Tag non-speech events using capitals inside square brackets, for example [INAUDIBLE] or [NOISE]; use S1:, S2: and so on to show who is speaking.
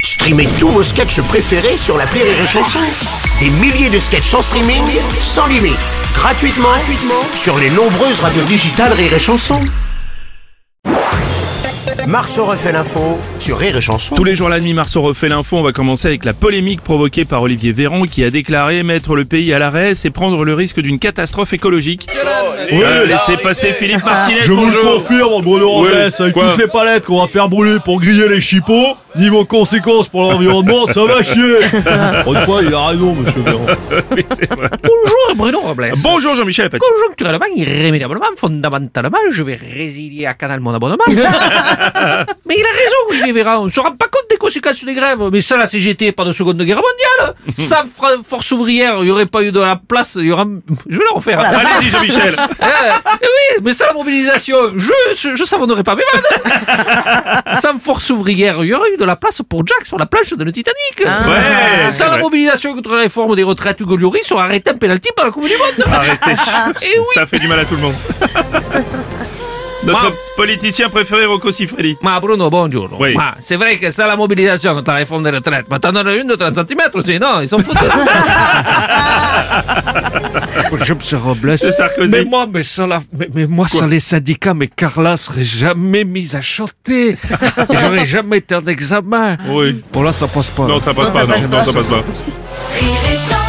S1: Streamez tous vos sketchs préférés sur la Rire et Chanson. Des milliers de sketchs en streaming, sans limite, gratuitement, gratuitement sur les nombreuses radios digitales Rire et Chanson. Marceau refait l'info sur Rire et Chanson.
S2: Tous les jours à la nuit, Marceau refait l'info. On va commencer avec la polémique provoquée par Olivier Véran qui a déclaré mettre le pays à l'arrêt, c'est prendre le risque d'une catastrophe écologique.
S3: Oui,
S2: Euh, laissez passer Philippe Martinez,
S3: je vous le
S2: bonjour.
S3: confirme, Bruno
S2: Oui,
S3: Robles, avec
S2: quoi
S3: toutes les palettes qu'on va faire brûler pour griller les chipots, niveau conséquences pour l'environnement, ça va chier
S4: [LAUGHS]
S3: Pour une fois, il a raison, monsieur Véran.
S2: Oui, c'est vrai.
S4: Bonjour Bruno Robles.
S2: Bonjour Jean-Michel Apathy.
S4: Conjoncturellement, irrémédiablement, fondamentalement, je vais résilier à Canal mon abonnement. mais il a raison, Olivier Véran. On se rend pas compte des conséquences des grèves. Mais sans la CGT, pas de seconde guerre mondiale. Sans fra- force ouvrière, il n'y aurait pas eu de la place. il y aura- Je vais le refaire.
S2: Allez-y
S3: [LAUGHS]
S2: Jean-Michel.
S4: [LAUGHS] Eh, eh oui, mais sans la mobilisation, je, je, je savonnerai pas mes vannes. sans force ouvrière, il y aurait eu de la place pour Jack sur la planche de le Titanic.
S2: Ouais, c'est
S4: sans la
S2: vrai.
S4: mobilisation contre la réforme des retraites, Hugo Lloris aurait arrêté un pénalty par la Coupe du Monde.
S2: Arrêtez.
S4: Eh oui.
S2: Ça fait du mal à tout
S3: [LAUGHS]
S2: le monde. Notre
S4: Bon.
S2: politicien préféré Rocco Siffredi.
S4: Ma Bruno, buongiorno.
S2: Oui.
S4: Ma c'est vrai que ça la mobilisation contre la réforme des retraites. Mais t'en aurais une de 30 cm aussi, non Ils sont foutus de ça. Je me Robles.
S2: De Sarkozy.
S4: Mais moi, mais sans, la- mais, mais moi sans les syndicats, mais Carla serait jamais mise à chanter. Et J'aurais jamais été en examen.
S2: Oui.
S3: Oh.
S4: Bon là, ça passe pas.
S2: Non, ça passe pas. Non, non, ça passe pas.
S5: Rire et chanson